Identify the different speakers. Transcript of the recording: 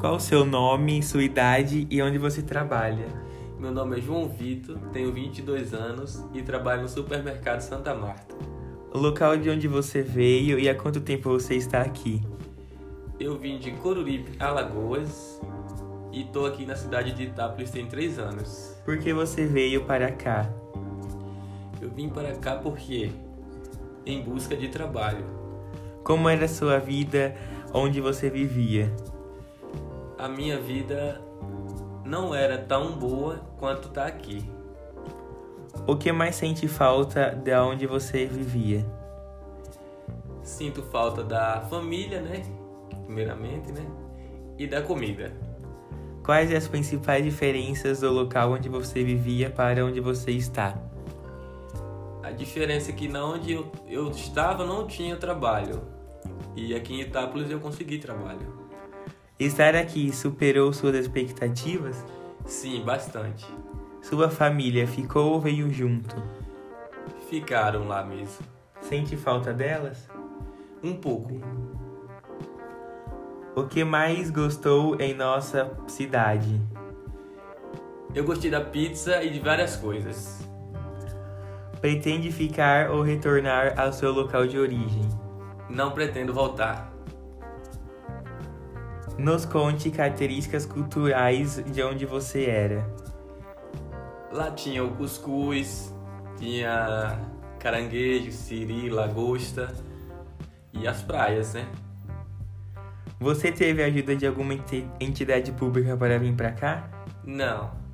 Speaker 1: Qual o seu nome, sua idade e onde você trabalha?
Speaker 2: Meu nome é João Vitor, tenho 22 anos e trabalho no supermercado Santa Marta.
Speaker 1: O local de onde você veio e há quanto tempo você está aqui?
Speaker 2: Eu vim de Coruripe, Alagoas e tô aqui na cidade de Itápolis tem 3 anos.
Speaker 1: Por que você veio para cá?
Speaker 2: Eu vim para cá porque em busca de trabalho.
Speaker 1: Como era a sua vida onde você vivia?
Speaker 2: A minha vida não era tão boa quanto tá aqui.
Speaker 1: O que mais sente falta de onde você vivia?
Speaker 2: Sinto falta da família, né? Primeiramente, né? E da comida.
Speaker 1: Quais as principais diferenças do local onde você vivia para onde você está?
Speaker 2: A diferença é que na onde eu, eu estava não tinha trabalho. E aqui em Itápolis eu consegui trabalho.
Speaker 1: Estar aqui superou suas expectativas?
Speaker 2: Sim, bastante.
Speaker 1: Sua família ficou ou veio junto?
Speaker 2: Ficaram lá mesmo.
Speaker 1: Sente falta delas?
Speaker 2: Um pouco.
Speaker 1: O que mais gostou em nossa cidade?
Speaker 2: Eu gostei da pizza e de várias coisas.
Speaker 1: Pretende ficar ou retornar ao seu local de origem?
Speaker 2: Não pretendo voltar.
Speaker 1: Nos conte características culturais de onde você era.
Speaker 2: Lá tinha o cuscuz, tinha caranguejo, siri, lagosta e as praias, né?
Speaker 1: Você teve a ajuda de alguma enti- entidade pública para vir para cá?
Speaker 2: Não,